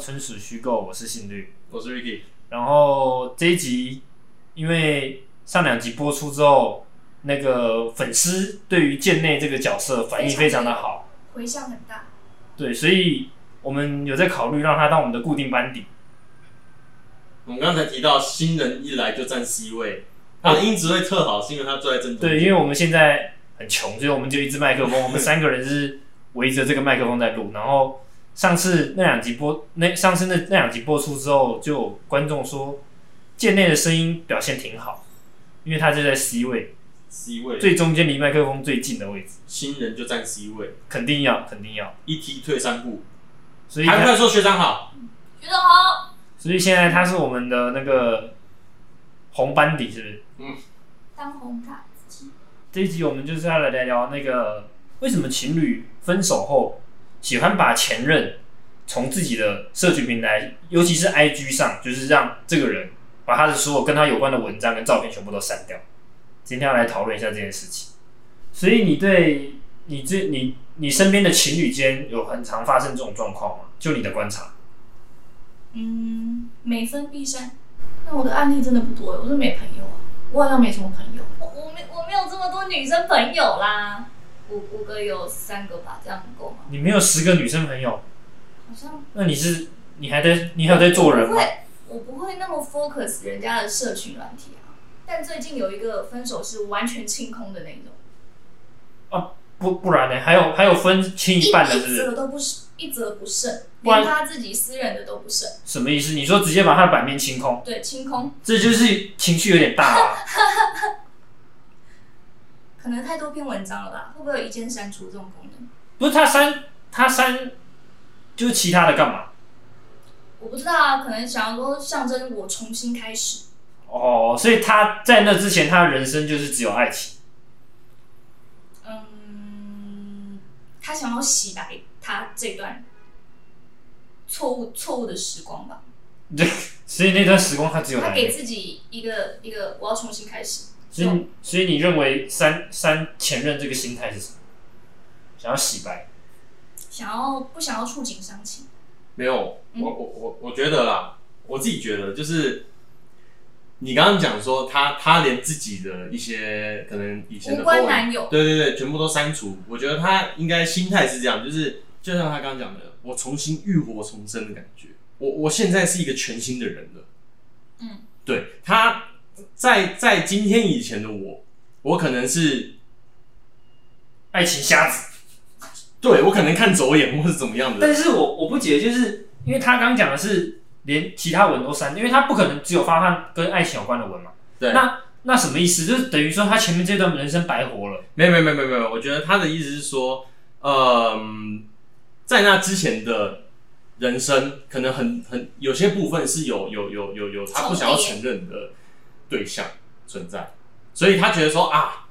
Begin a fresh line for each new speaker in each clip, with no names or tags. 纯属虚构。我是信律，
我是 Ricky，
然后这一集因为上两集播出之后，那个粉丝对于剑内这个角色反应非常的好，
回响很大。
对，所以我们有在考虑让他当我们的固定班底。
我们刚才提到新人一来就占 C 位，他的音质会特好，是因为他坐在正中
对，
间。
因为我们现在很穷，所以我们就一支麦克风，我们三个人是围着这个麦克风在录。然后上次那两集播，那上次那那两集播出之后，就有观众说贱内的声音表现挺好，因为他就在 C 位，
C 位
最中间离麦克风最近的位置，
新人就占 C 位，
肯定要，肯定要。
一踢退三步，
所以
还不
他，
能说学长好，
学长好，
所以现在他是我们的那个红班底，是不是？
当红卡司机，
这一集我们就是要来聊聊那个为什么情侣分手后喜欢把前任从自己的社群平台，尤其是 IG 上，就是让这个人把他的所有跟他有关的文章跟照片全部都删掉。今天要来讨论一下这件事情。所以你对你这你你身边的情侣间有很常发生这种状况吗？就你的观察，
嗯，每分必删。那我的案例真的不多，我是没朋友啊，我好像没什么朋友。我我没我没有这么多女生朋友啦，五五个有三个吧，这样够吗？
你没有十个女生朋友，
好像
那你是你还在你还有在做人
不
吗？
会，我不会那么 focus 人家的社群软体啊。但最近有一个分手是完全清空的那种，
不不然呢？还有还有分清一半的，是不
一
是？
则都不是，一则不剩，
不然
连他自己私人的都不剩。
什么意思？你说直接把他的版面清空，
对，清空，
这就是情绪有点大 啊。
可能太多篇文章了吧？会不会有一键删除这种功能？
不是他删，他删就是其他的干嘛？
我不知道啊，可能想要说象征我重新开始。
哦，所以他在那之前，他的人生就是只有爱情。
嗯，他想要洗白他这段错误错误的时光吧。
所以那段时光他只有嗯
他
男
给
人。
自己一个一个我要重新开始，
所以，所以你认为删删前任这个心态是什么？想要洗白？
想要不想要触景伤情？
没有，我
嗯
我我我觉得啦，我自己觉得就是，你刚刚讲说他他连自己的一些可能以前的
无关
后悔
男友
对对对，全部都删除。我觉得他应该心态是这样，就是就像他刚刚讲的，我重新浴火重生的感觉。我我现在是一个全新的人了。
嗯，
对他在在今天以前的我，我可能是
爱情瞎子。
对我可能看走眼或是怎么样的。
但是我我不解，就是因为他刚讲的是连其他文都删，因为他不可能只有发他跟爱情有关的文嘛。
对
那那什么意思？就是等于说他前面这段人生白活了。
没有没有没有没有没有，我觉得他的意思是说，嗯，在那之前的人生，可能很很有些部分是有有有有有他不想要承认的对象存在，所以他觉得说啊，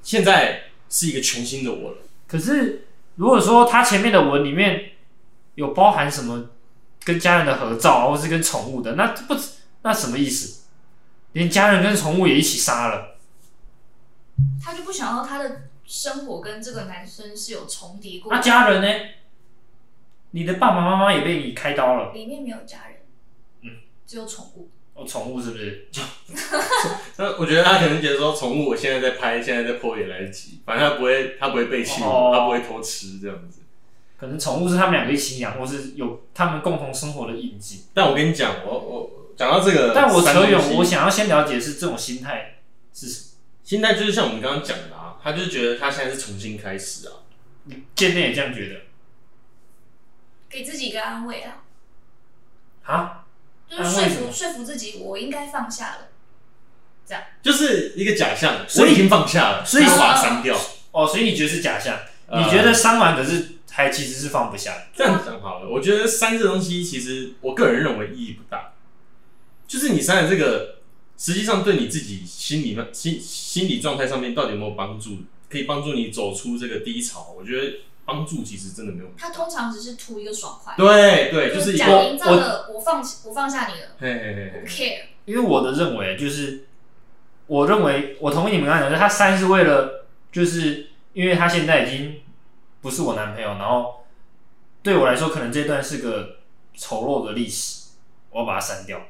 现在是一个全新的我了。
可是如果说他前面的文里面有包含什么跟家人的合照啊，或是跟宠物的，那不那什么意思？连家人跟宠物也一起杀了？
他就不想要他的生活跟这个男生是有重叠过
那啊
的，
家人呢？你的爸爸妈妈也被你开刀了？
里面没有家人，
嗯，
只有宠物。
哦，宠物是不是？
那我觉得他可能觉得说，宠物我现在在拍，现在在 po 也来得及，反正他不会他不会背弃
哦
我，他不会偷吃这样子。
可能宠物是他们两个一起养，或是有他们共同生活的印记。
但我跟你讲，我我讲到这个
但
删
我
东西，
扯远，我想要先了解是这种心态是什么。
现在就是像我们刚刚讲的啊，他就是觉得他现在是重新开始啊。
你见面也这样觉得
给自己一个安慰啊，
啊？
就是
安
说
慰什啊么
服说服自己，我应该放下了。
就是一个假象，
所以
我已经放下了，
所以
他把它删掉。
哦，所以你觉得是假象？
呃
你觉得伤完可是还其实是放不下的？
这
啊
样讲好了？我觉得删这东西，其实我个人认为意义不大。就是你删了这个，实际上对你自己心理面心心理状态上面到底有没有帮助，可以帮助你走出这个低潮。我觉得帮助其实真的没有。
他通常只是图一个爽快，
对对，就是一
假
个，
营造了我放我放下你了，
嘿嘿嘿
我
嘿，
不 care。
因为我的认为就是，我认为我同意你们刚才讲的，他删是为了，就是因为他现在已经不是我男朋友，然后对我来说，可能这段是个丑陋的历史，我要把它删掉，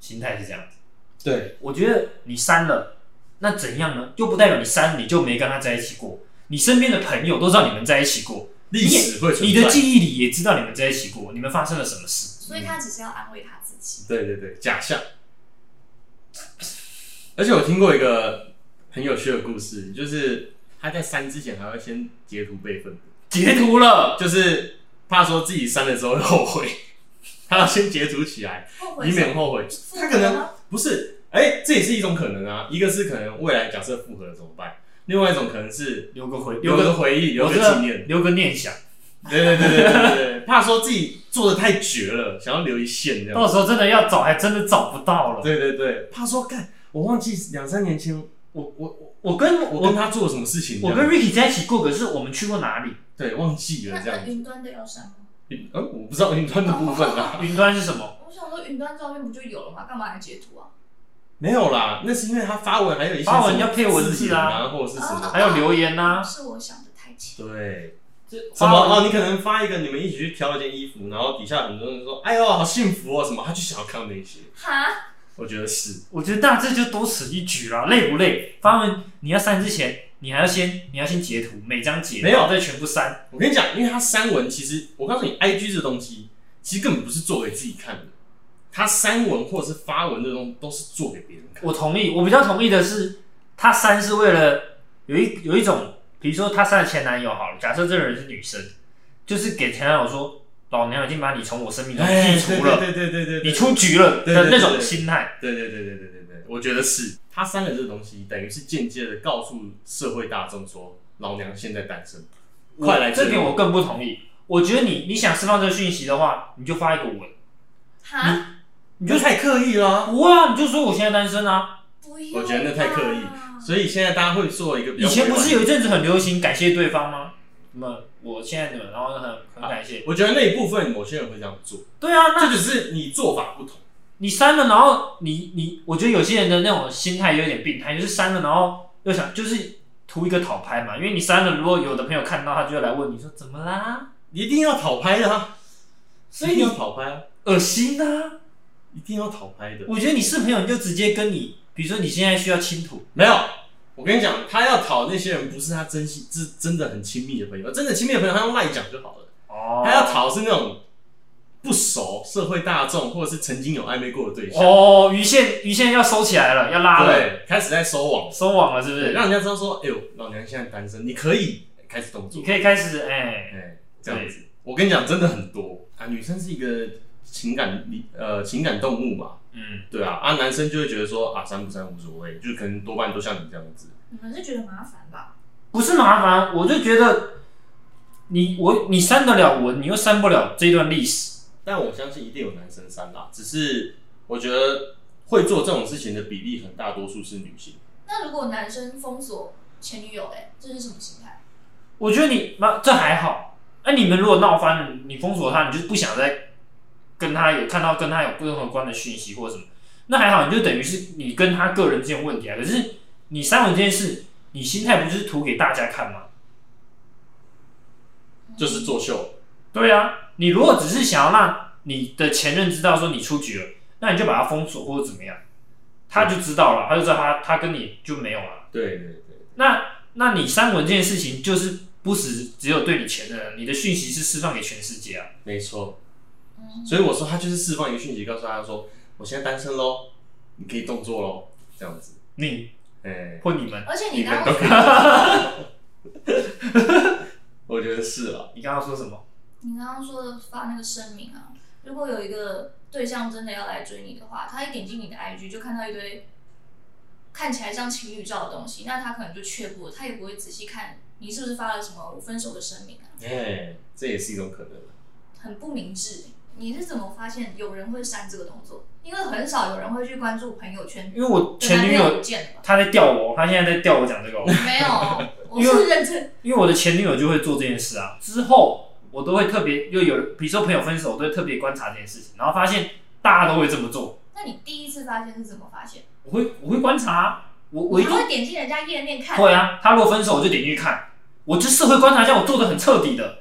心态是这样子。
对，
我觉得你删了，那怎样呢？又不代表你删了你就没跟他在一起过，你身边的朋友都知道你们在一起过，
历史会存在。
你的记忆里也知道你们在一起过，你们发生了什么事。
所以他只是要安慰他自己。
对对对，假象。而且我听过一个很有趣的故事，就是他在删之前还会先截图备份，
截图了，
就是怕说自己删了之后会后悔， 他要先截图起来，
后悔
以
什么
免后悔。
复合
他可能
吗
不是，哎、这也是一种可能啊。一个是可能未来假设复合怎么办，另外一种可能是
留个回，
留个回忆，留
留
个
个
纪念。
留个念想。
对对对对对对对，怕说自己做的太绝了，想要留一线这样。
到时候真的要找，还真的找不到了。
对对对，怕说干，我忘记两三年前我我我我跟我跟他做了什么事情这
我
样，
跟 Ricky 在一起过，可是我们去过哪里？
对忘记了
那
这
那
样子。
云端的要删吗？
呃，我不知道云端的部分啊啦，
云端是什么？
我想说云端照片不就有了吗？干嘛还截图啊？
没有啦，那 是因为他发文还有一些
发文
什么
要配文字啊
字眼或者是什么。
还有留言
啊
呐、
是我想的太浅。
对，什
发
么
文
哦？你可能发一个你们一起去挑一件衣服，然后底下很多人说：“哎呦，好幸福哦！”什么？他就想要看到那些。
哈，
我觉得是，
我觉得大致就多此一举啦，累不累？发文你要删之前，你还要先你要先截图，每张截，
没有
然后再全部删。
我跟你讲，因为他删文，其实我告诉你，IG 这东西其实根本不是做给自己看的，他删文或者是发文这种都是做给别人看的。
我同意，我比较同意的是，他删是为了有一有一种，比如说他删了前男友好了，假设这个人是女生，就是给前男友说，老娘已经把你从我生命中剔除了，
哎对对对对
你出局了
对对
的
对
那
对
种
对
心态。
对对对对对对对，我觉得是他删了这个东西，等于是间接的告诉社会大众说，老娘现在单身，快来追
这点我更不同意。我觉得你你想释放这个讯息的话，你就发一个文，
嗯
哈，
你就
太刻意了啊、
不会啊，你就说我现在单身啊。
不要。
我觉得那太刻意所以现在大家会做一个比
以
较，
前不是有一，阵子很流行感谢对方吗？那么我现在怎么，然后很很
啊
感谢。
我觉得那一部分某些人会这样做，
对啊，那
这只是你做法不同。
你删了，然后你你，我觉得有些人的那种心态有点病态，就是删了，然后又想就是图一个讨拍嘛。因为你删了，如果有的朋友看到，他就会来问你说怎么啦，
你一定要讨拍的啊，
所以
一
你
定要讨拍啊，
恶心啊！
一定要讨拍的。
我觉得你是朋友，你就直接跟你，比如说你现在需要倾吐，
没有，我跟你讲，他要讨那些人，不是他真心，是真的很亲密的朋友，真的亲密的朋友，他用赖讲就好了。
哦
他要讨是那种不熟社会大众，或者是曾经有暧昧过的对象，
哦，鱼线鱼线要收起来了，要拉了，
对，开始在收网，
收网了，是不
对，
是？
让人家知道说，哎呦，老娘现在单身，你可以开始动作
你，可以开始，哎、
哎，这样子。我跟你讲，真的很多啊，女生是一个情感里呃情感动物嘛，
嗯，
对啊，啊，男生就会觉得说啊，删不删无所谓，就是可能多半都像你这样子，
你们是觉得麻烦吧？
不是麻烦，我就觉得你我你删得了我，你又删不了这一段历史。
但我相信一定有男生删啦，只是我觉得会做这种事情的比例很大多数是女性。
那如果男生封锁前女友，哎，这是什么心态？
我觉得你妈这还好，哎、你们如果闹翻了，你封锁他，你就是不想再跟他有看到跟他有任何关的讯息或者什么，那还好，你就等于是你跟他个人之间的问题啊。可是你删文这件事，你心态不就是图给大家看吗？
就是作秀。
对啊，你如果只是想要让你的前任知道说你出局了，那你就把他封锁或者怎么样，他就知道了，他就知道他他跟你就没有了。
对对对，
那那你删文这件事情就是不只只有对你前任，啊你的讯息是释放给全世界啊。
没错。
嗯，
所以我说他就是释放一个讯息，告诉大家说，我现在单身喽，你可以动作喽，这样子。
你
哎、
或你们，
而且
你
你
们
刚
都
刚
可以
说，
我觉得是啊了。
你刚刚说什么？
你刚刚说的发那个声明啊，如果有一个对象真的要来追你的话，他一点进你的 IG 就看到一堆看起来像情侣照的东西，那他可能就却步了，他也不会仔细看你是不是发了什么我分手的声明啊，
哎、这也是一种可能。啊
很不明智。你是怎么发现有人会删这个动作？因为很少有人会去关注朋友圈
因为我
的
前
男
女
朋
友
不见了吧？
她在吊我，她现在在吊我讲这个哦、
没 有，我
因为
是认真。
因为我的前女友就会做这件事啊。之后我都会特别，又有比如说朋友分手，我都会特别观察这件事情，然后发现大家都会这么做。
那你第一次发现是怎么发现？
我会我会观察啊，我我一
你
定
会点进人家页面看，
会啊。他如果分手，我就点进去看，我就是会观察一下，我做的很彻底的。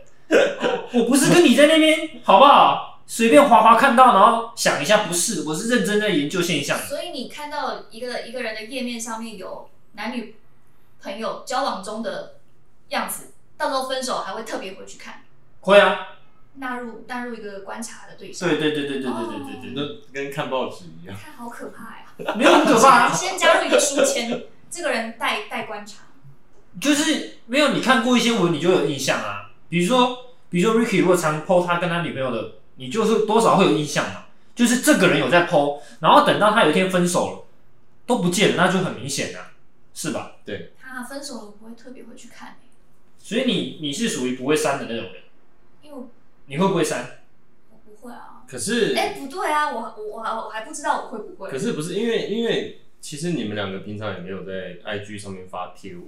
我不是跟你在那边，好不好？随便划划看到，然后想一下，不是，我是认真在研究现象的。
所以你看到一个一个人的页面上面有男女朋友交往中的样子，到时候分手还会特别回去看，
会啊，
纳入纳入一个观察的对象。
对对对对对对对对对，
那跟看报纸一样。
看好可怕呀、
没有很可怕啊、
先加入一个书签，这个人待待观察。
就是没有你看过一些文，你就有印象啊。比如说，比如说 Ricky 如果常 PO 他跟他女朋友的，你就是多少会有印象嘛。就是这个人有在 PO，然后等到他有一天分手了，都不见了，那就很明显啊，是吧？
他分手了，我不会特别回去看、欸，
所以你你是属于不会删的那种人，
因为我
你会不会删？
我不会啊。
可是，
哎、不对啊，我我我我还不知道我会不会。
可是不是因为因为其实你们两个平常也没有在 IG 上面发贴文，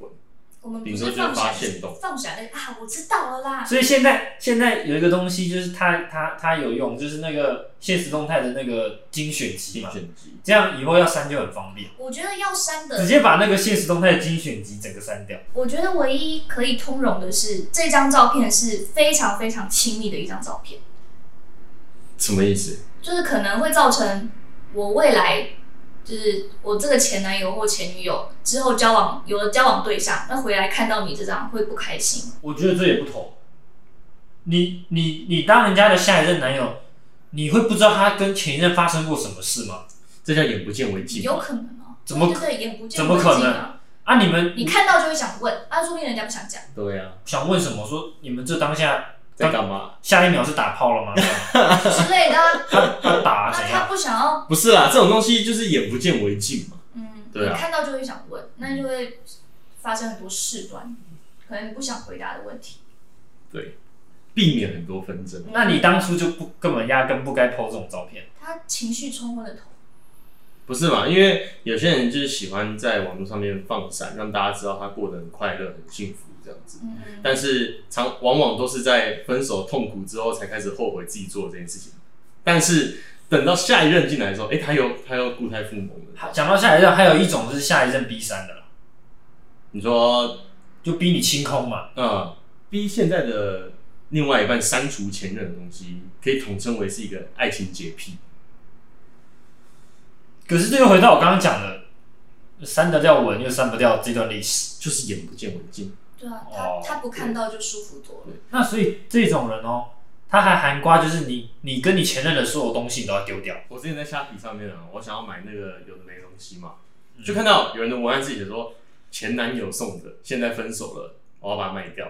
我们不
顶多
是
就是
放
发
闪
现动
放闪的啊，我知道了啦。
所以现在现在有一个东西，就是它它它有用，就是那个现实动态的那个精选集嘛，
剪辑
这样以后要删就很方便，
我觉得要删
直
的，
接把那个现实动态的精选集整个删掉。
我觉得唯一可以通融的是，这张照片是非常非常亲密的一张照片，
什么意思？
就是可能会造成我未来。就是我这个前男友或前女友之后交往有了交往对象，那回来看到你这张会不开心。
我觉得这也不同。你你你当人家的下一任男友，你会不知道他跟前一任发生过什么事吗？
这叫眼不见为净。
有可能哦、
怎么
对对对，眼不见
怎么
为
可
净
能
啊？
啊，你们
你看到就会想问，啊，说不定人家不想讲。
对啊，
想问什么？说你们这当下
在干嘛？
下一秒是打炮了吗？
之类的啊、
他 打啊
那
怎
他
样？
不想要，
不是啦，这种东西就是眼不见为净嘛。
嗯，
对啊
你看到就会想问，那就会发生很多事端，可能你不想回答的问题。
对，避免很多纷争。
那你当初就不根本压根不该 PO 这种照片。
他情绪冲昏了头，
不是嘛？因为有些人就是喜欢在网络上面放闪，让大家知道他过得很快乐、很幸福这样子。
嗯，
但是常往往都是在分手痛苦之后才开始后悔自己做的这件事情。但是等到下一任进来的时候，哎、他又他又固态复萌了。
好讲到下一任，还有一种是下一任 B 三的啦，
你说，
就逼你清空嘛。
呃，逼现在的另外一半删除前任的东西，可以统称为是一个爱情洁癖。
可是这又回到我刚刚讲的，删得掉文又删不掉这段历史。
就是眼不见为净，
对啊，
哦
他他不看到就舒服多了。
那所以这种人哦，他还含瓜，就是你你跟你前任的所有东西你都要丢掉。
我之前在虾皮上面啊，我想要买那个有的没的东西嘛，
嗯
就看到有人的文案是写说前男友送的，现在分手了，我要把它卖掉。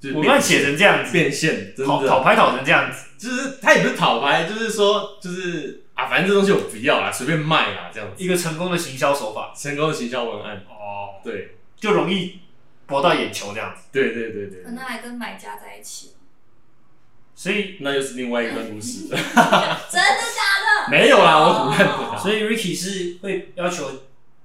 就是
我
变
乱写成这样子，
变现，真
讨讨
的啊
拍讨成这样子，
就是他也不是讨牌，就是说就是啊，反正这东西我不要啦，随便卖啦，这样子。
一个成功的行销手法
成功的行销文案，
哦，
对
就容易博到眼球这样子。
对对对对
可，能还跟买家在一起，
所以
那又是另外一段故事。
真的假的？
没有啦，我不看的啦，
所以 Ricky 是会要求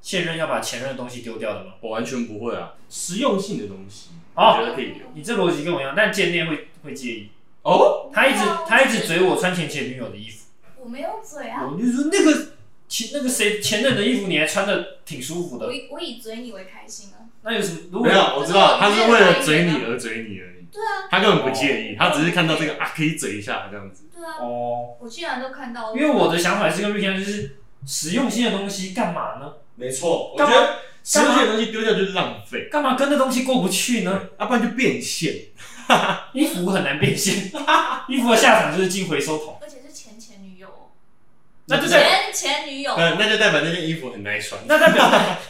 现任要把前任的东西丢掉的吗？
我完全不会啊。实用性的东西，我
哦
觉得可以留。
你这逻辑跟我一样，但见面会会介意。
哦，
他一直
没有
他一直嘴我穿前前女友的衣服，
我没有嘴啊，
我就哦说那个前那个谁前任的衣服你还穿的挺舒服
我
的，
以我以嘴你为开心啊。
那有什么？如果
没有，我知道他是为了嘴你而嘴你而已。
对啊，
他根本不介意，他只是看到这个啊，可以嘴一下这样子。
对啊，
哦。
我既然都看到了，
因为我的想法是跟 Ricky 一样就是实用性的东西干嘛呢？
没错，
干嘛
实用性的东西丢掉就是浪费，啊
干嘛跟那东西过不去呢？
要不然就变现。
衣服很难变现，衣服的下场就是进回收桶。
而且是前前女友哦，
那就代
前前女友哦，
嗯，那就代表那件衣服很耐穿。
那代表，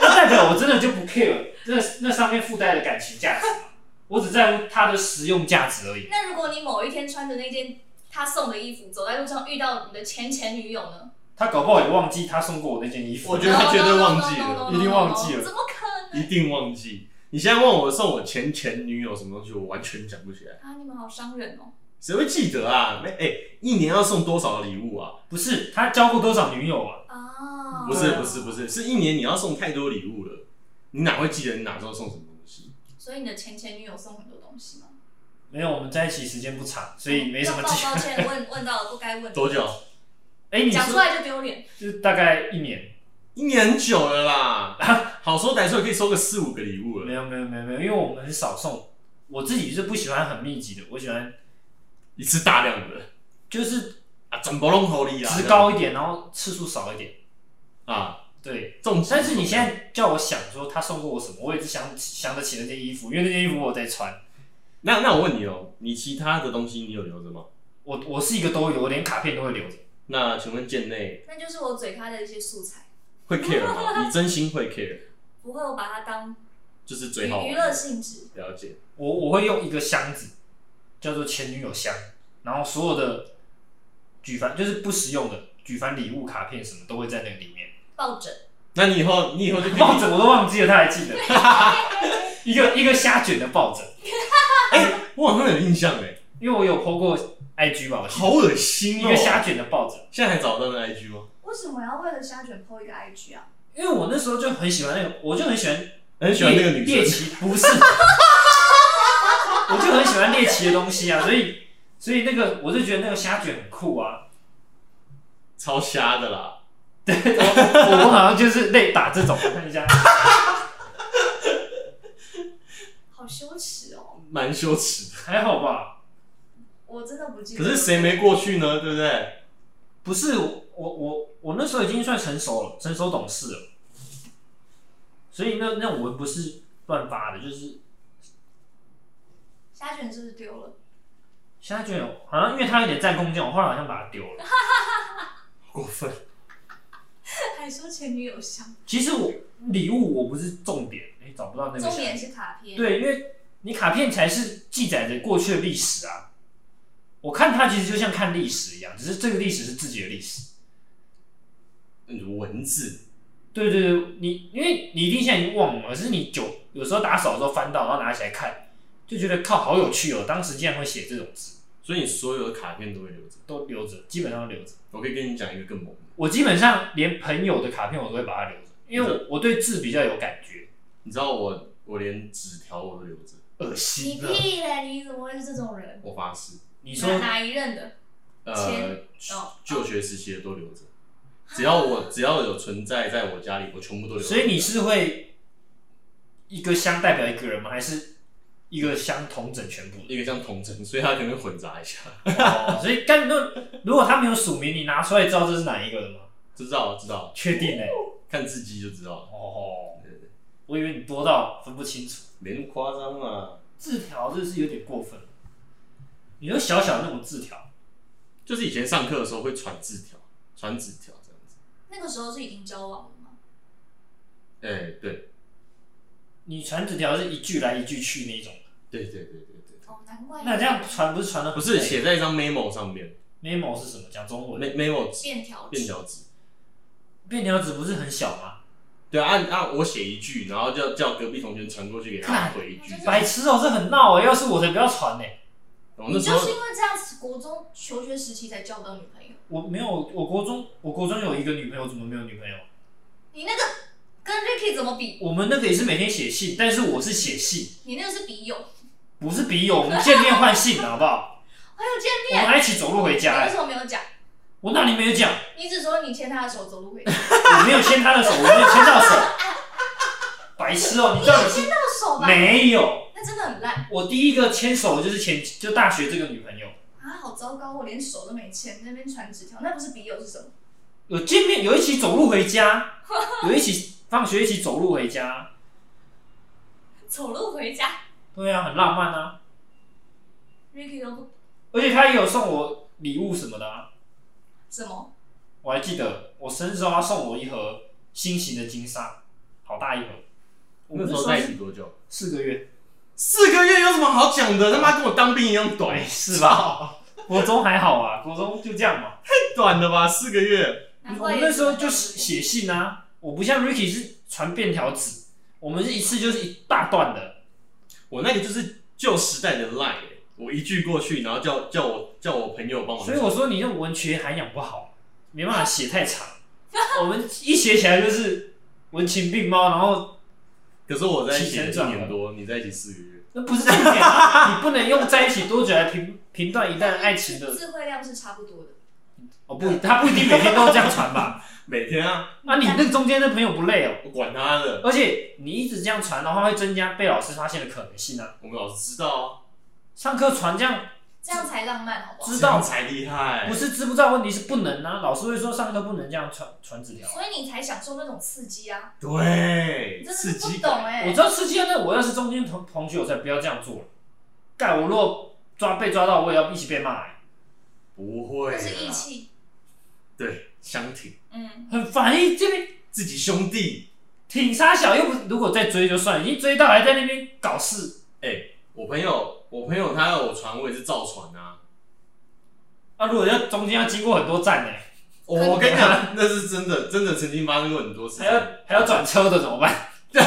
那代表我真的就不 care 那那上面附带的感情价值嘛，我只在乎它的实用价值而已。
那如果你某一天穿着那件他送的衣服走在路上遇到你的前前女友呢？
他搞不好也忘记他送过我那件衣服。
我觉得他绝对忘记了
No, no, no, no, no, no, no,
一定忘记了
怎么可
一
能？
定忘记。你现在问我送我前前女友什么东西，我完全想不起来。
啊，你们好伤人哦！
谁会记得啊？没哎、一年要送多少礼物啊？
不是他交过多少女友啊？
啊，
不是不是不，是，是一年你要送太多礼物了，你哪会记得你哪时候送什么东西？
所以你的前前女友送很多东西吗？
没有，我们在一起时间不长，所以没什么
抱
记忆。
抱歉，问问到了不该问的
多久？
哎、你
讲出
说
来就丢脸。
就是大概一年。
一年很久了啦， 好说歹说也可以收个四五个礼物
没
了。
有没有没有没有，因为我们很少送，我自己是不喜欢很密集的，我喜欢
一次大量的，
就是
啊，全部拢合理啦，
值高一点，然后次数少一点。
啊，
对，
重。
但是你现在叫我想说他送过我什么，我也只想想得起那件衣服，因为那件衣服我在穿。
那那我问你哦，你其他的东西你有留着吗？
我我是一个都有，我连卡片都会留着。
那请问贱内
那就是我嘴开的一些素材，
会 care 吗？你真心会 care，
不会我把它当
就是最好
娱娱乐性质。
了解。
我我会用一个箱子，叫做前女友箱，然后所有的举凡就是不实用的举凡礼物、卡片什么都会在那个里面。
抱枕，
那你以后你以后就可以
抱枕我都忘记了，他还记得。一个一个虾卷的抱枕，
我好像有印象哎，
因为我有 PO 过 IG 吧，我记得
好恶心
一
哦！
个虾卷的抱枕，
现在还找得到那 IG 吗？
为什么要为了虾卷 PO 一个 IG 啊？
因为我那时候就很喜欢那个，我就很喜欢
很喜欢那个
猎
女生，
奇不是， 我就很喜欢猎奇的东西啊，所以所以那个我就觉得那个虾卷很酷啊，
超瞎的啦。
我我好像就是类打这种，我看一下，
好羞耻哦！
蛮羞耻的，
还好吧？
我真的不记得。
可是谁没过去呢？对不对？
不是我我我那时候已经算成熟了，成熟懂事了，所以那那我们不是乱发的，就是
虾卷是不是丢了？
虾卷有好像因为它有点占空间，我后来好像把它丢了。
过分，
还说前女友香，
其实我礼物我不是重点，哎、找不到那个
重
虾
点是卡片。，
对，因为你卡片才是记载着过去的历史啊。我看它其实就像看历史一样，只是这个历史是自己的历史。
嗯文字
对对对，你因为你一定现在已经忘了，可是你久有时候打扫的时候翻到，然后拿起来看，就觉得靠，好有趣哦！当时竟然会写这种字，
所以你所有的卡片都会留着。
都留着，基本上都留着。
我可以跟你讲一个更猛的，
我基本上连朋友的卡片我都会把它留着，因为我我对字比较有感觉，
你知道我我连纸条我都留着，
恶
你
心了。啊
屁嘞！你怎么会是这种人？
我发誓。
你
你
说
哪一任的？
呃
签哦，
就学时期的都留着，只要我只要有存在在我家里，我全部都留着。
所以你是会一个箱代表一个人吗？还是一个箱同整全部的？
一个像童真，所以他可能会混杂一下。
哦，所以干那如果他没有署名，你拿出来知道这是哪一个的吗？
知道知道，
确定哎、
看字迹就知道了，
哦，我以为你多到分不清楚。
没那么夸张啊，
字条这是有点过分了，你说小小的那种字条，
就是以前上课的时候会传字条，传纸条这样子。
那个时候是已经交往了吗？
哎、对
你传纸条是一句来一句去那种，
对对对对对，
哦，难怪。
那这样传不是传的
不是写在一张 memo 上面
memo 是什么？讲中文，
，me memo 纸
便条
便
纸，
条纸。
便条纸不是很小吗？
对啊，按、按我写一句，然后叫叫隔壁同学传过去给他
看
回一句。
我
白痴哦、这很闹哎、要是我才不要传呢、
我那
你
时
就
候
是因为这样子，国中求学时期才交不到女朋友。
我没有，我国中我国中有一个女朋友，怎么没有女朋友？
你那个跟 Ricky 怎么比？
我们那个也是每天写信，但是我是写信，
你那个是笔友，
不是笔友，我们见面换信的好不好？
还有见
我们
面。
还一起走路回家、
你为
哎
什么没有讲？
我哪里没有讲？
你只说你牵他的手走路回
哦
家，
我没有牵她的手，我没有牵到手，白痴哦、你到底 是
那手吧，
没有？
那真的很烂
我第一个牵手就是前就大学这个女朋友，
啊！好糟糕，我连手都没牵，那边传纸条，那不是笔友是什么？
有见面，有一起走路回家，有一起放学一起走路回家，
走路回家
对啊，很浪漫啊。
，Ricky 都不
而且她也有送我礼物什么的、啊。
什么？
我还记得我生日时候，他送我一盒新型的金沙，好大一盒。我
那时候在一起多久？
四个月，
四个月有什么好讲的？他妈跟我当兵一样短，
哎，是吧？ 国中还好啊，国中就这样嘛。
太短了吧？四个月，
难
我
怪
们
也
那时候就是写信啊，我不像 Ricky 是传便条纸，我们是一次就是一大段的。
我那个就是旧时代的 line，欸我一句过去，然后叫叫我叫我朋友帮忙。
所以我说你那文学涵养不好，没办法写太 长。我们一写起来就是文情并茂，然后
可是我在一起了
起承
一
转合
年多，你在一起四个月，
那不是重点啊，你不能用在一起多久来评评断一段爱情的
智慧量是差不多的。
哦不，他不一定每天都这样传吧？
每天啊，
那、你那中间的朋友不累哦？
我管他的，
而且你一直这样传的话，会增加被老师发现的可能性啊。
我们老师知道啊。
上课传这样
这样才浪漫，好不好？
知道
这样才厉害，
不是知不知道问题是不能啊，老师会说上课不能这样传传纸条啊。
所以你才享受那种刺激啊！
对
你真的
刺
是
激
不
感
懂哎、
我知道吃鸡，但我要是中间同同学，我才不要这样做了。干，我若抓被抓到，我也要一起被骂、欸，
不会
那
啦，
是义气。
对相挺，
嗯，
很烦。欸这边
自己兄弟。
挺杀小，又不如果再追就算，了，已经追到还在那边搞事
我朋友，我朋友他要我传，我也是照传啊。
啊！如果要中间要经过很多站呢、欸
我哦我跟你讲，那是真的，真的曾经发生过很多事
还要
情。
还要转车的怎么办？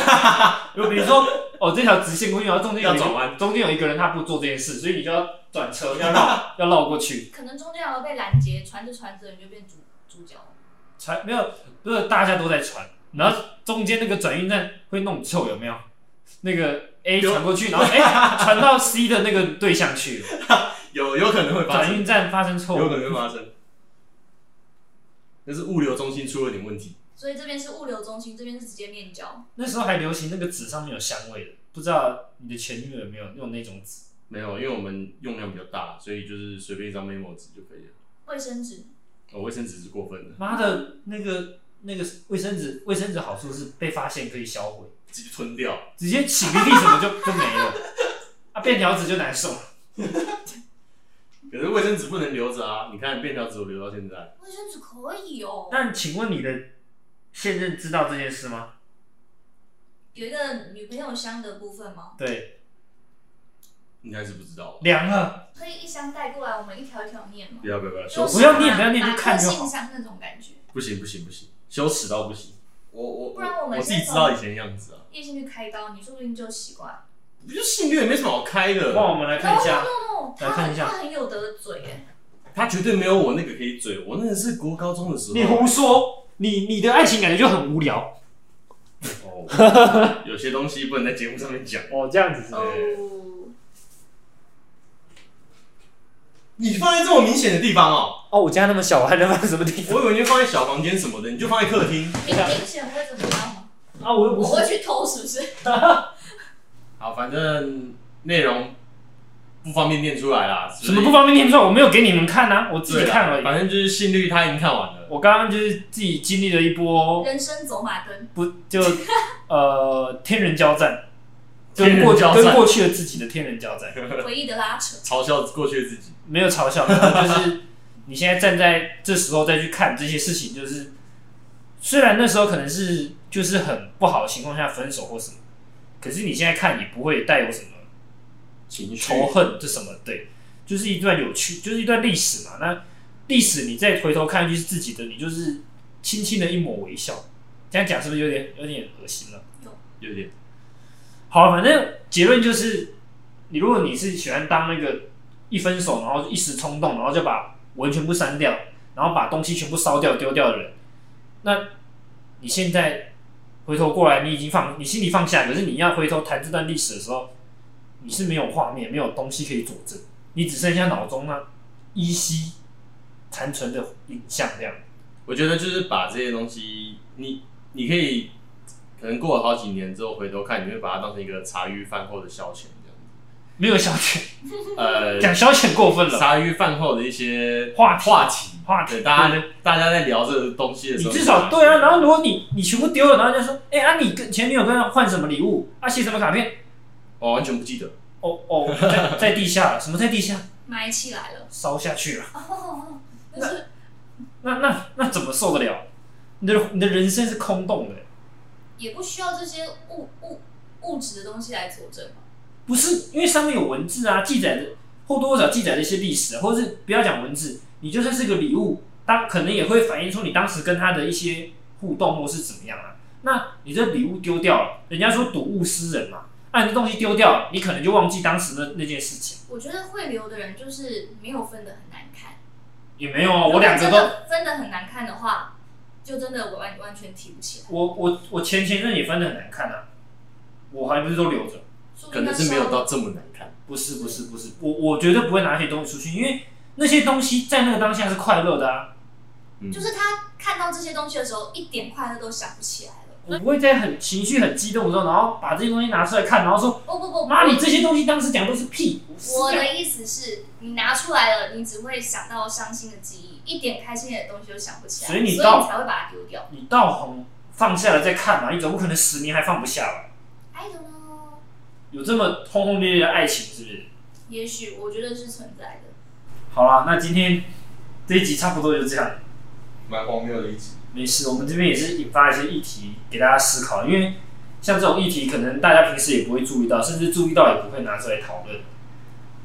就比如说哦，这条直线过去，然后中间有一个
要转弯，
中间有一个人他不做这件事，所以你就要转车，要 绕要绕过去。
可能中间还会被拦截，传着传着你就变主主角了。
传没有，不是大家都在传，然后中间那个转运站会弄臭，有没有？那个 A
有
传过去，然后哎传到 C 的那个对象去了，
有有可能会 发
转
生，
运站发生错
有可
误，
能会发生。但是物流中心出了点问题，
所以这边是物流中心，这边是直接面交。
那时候还流行那个纸上面有香味的，不知道你的前女友有没有用那种纸？
没有，因为我们用量比较大，所以就是随便一张 memo 纸就可以了。
卫生纸，
哦，卫生纸是过分的，
妈的，那个那个卫生纸，卫生纸好处是被发现可以销毁，
直接吞掉。
直接擤个屁什么就 就没了，啊便条纸就难受了。
可是卫生纸不能留着啊！你看便条纸我留到现在，
卫生纸可以哦。
但请问你的现任知道这件事吗？
有一个女朋友香的部分吗？
对，
应该是不知道。
凉啊了。
可以一箱带过来，我们一条一条念吗
不？要不要不要，羞
就
耻
是
不要念不要念
马
就看就好
马克啊信箱那种感觉。
不行不行不行，羞耻到不行。我我
不然我们
我自己
先
知
从
道以前的样子啊，
夜兴去开刀，你说不定就习惯。
不就性虐也没什么好开
那
的，
我们来
no
看一
no
下，
no no，他
来看一
很
下
哦他很有得嘴哎。
他绝对没有我那个可以嘴。我那个是国高中的时候，
你胡说，你你的爱情感觉就很无聊
哦， 有些东西不能在节目上面讲。
哦，这样子
哦，
嗯
你放在这么明显的地方哦，
哦，我家那么小，我还能放什么地方？
我以为你会放在小房间什么的，你就放在客厅。
你明显会怎么样吗？
啊，我又不
我
是
会去偷是不是？
好，反正内容不方便念出来啦。
什么不方便念出来，我没有给你们看啊，我自己
对啦
看而已。
反正就是性律他已经看完了。
我刚刚就是自己经历了一波，
人生走马灯，
不就呃天人交战，
天
跟
人
过
交战
跟过去的自己的天人交战，
回忆的拉扯。
嘲笑过去的自己，
没有 嘲笑，可能就是你现在站在这时候再去看这些事情，就是虽然那时候可能是就是很不好的情况下分手或什么，可是你现在看也不会带有什么
情绪
仇恨这什么，对，就是一段有趣，就是一段历史嘛。那历史你再回头看，就是自己的，你就是轻轻的一抹微笑。这样讲是不是有点有点恶心了？
有点
好，反正结论就是，你如果你是喜欢当那个一分手然后一时冲动，然后就把文全部删掉，然后把东西全部烧掉丢掉的人，那你现在回头过来，你已经放你心里放下，可是你要回头谈这段历史的时候，你是没有画面，没有东西可以佐证，你只剩下脑中那依稀残存的影像这样。
我觉得就是把这些东西，你你可以可能过了好几年之后回头看，你会把它当成一个茶余饭后的消遣这
没有消遣，
样子。
讲消遣过分
呃，
了。
茶余饭后的一些
话题
话题
话题
对大
对
家大家在聊这个东西的时
你
候，
至少对啊，然后如果你你全部丢了，然后人家说，哎、啊，你跟前女友跟他换什么礼物啊，写什么卡片？
我完全不记得，
哦哦，在在地下了，什么在地下？
埋起来了。
烧下去了，
哦，但是
那那那怎么受得了？你的你的人生是空洞的，
也不需要这些物物物质的东西来佐证嘛。
不是因为上面有文字啊，记载的或多或少记载了一些历史，啊或者是不要讲文字，你就算是个礼物，当可能也会反映出你当时跟他的一些互动或是怎么样啊。那你这礼物丢掉了，人家说睹物思人嘛，那、你这东西丢掉了，你可能就忘记当时那那件事情。
我觉得会留的人就是没有分的很难看。
也没有啊，我
如果
两个
真
都，
的真的很难看的话，就真的完完全提不起来。
我我我前前任也分的很难看啊，我还不是都留着。
说不
可
定
能
那
是没
时
有
候
到这么难看。
不是不是不是，我我绝对不会拿些东西出去，因为那些东西在那个当下是快乐的啊。
嗯
就是他看到这些东西的时候，一点快乐都想不起来了。
我不会在很情绪很激动的时候，然后把这些东西拿出来看，然后说
不不不，
妈，你这些东西当时讲都是屁。
我的意思是你拿出来了，你只会想到伤心的记忆，一点开心的东西都想不起来，
所
所
以
以
你
你
到
才会把它丢掉。
你到红放下了再看嘛，你总不可能十年还放不下吧？
I don't know，
有这么轰轰烈烈的爱情是不是？
也许我觉得是存在的。
好啦，那今天这一集差不多就这样。
蛮荒谬的一集。
没事，我们这边也是引发一些议题给大家思考，因为像这种议题，可能大家平时也不会注意到，甚至注意到也不会拿出来讨论。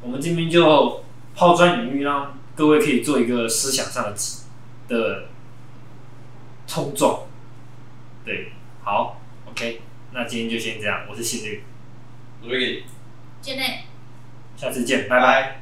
我们这边就抛砖引玉，让各位可以做一个思想上的指的冲撞。对，好，OK，那今天就先这样，我是新绿，
所以，
姐妹。
下次见，拜
拜
拜。
拜。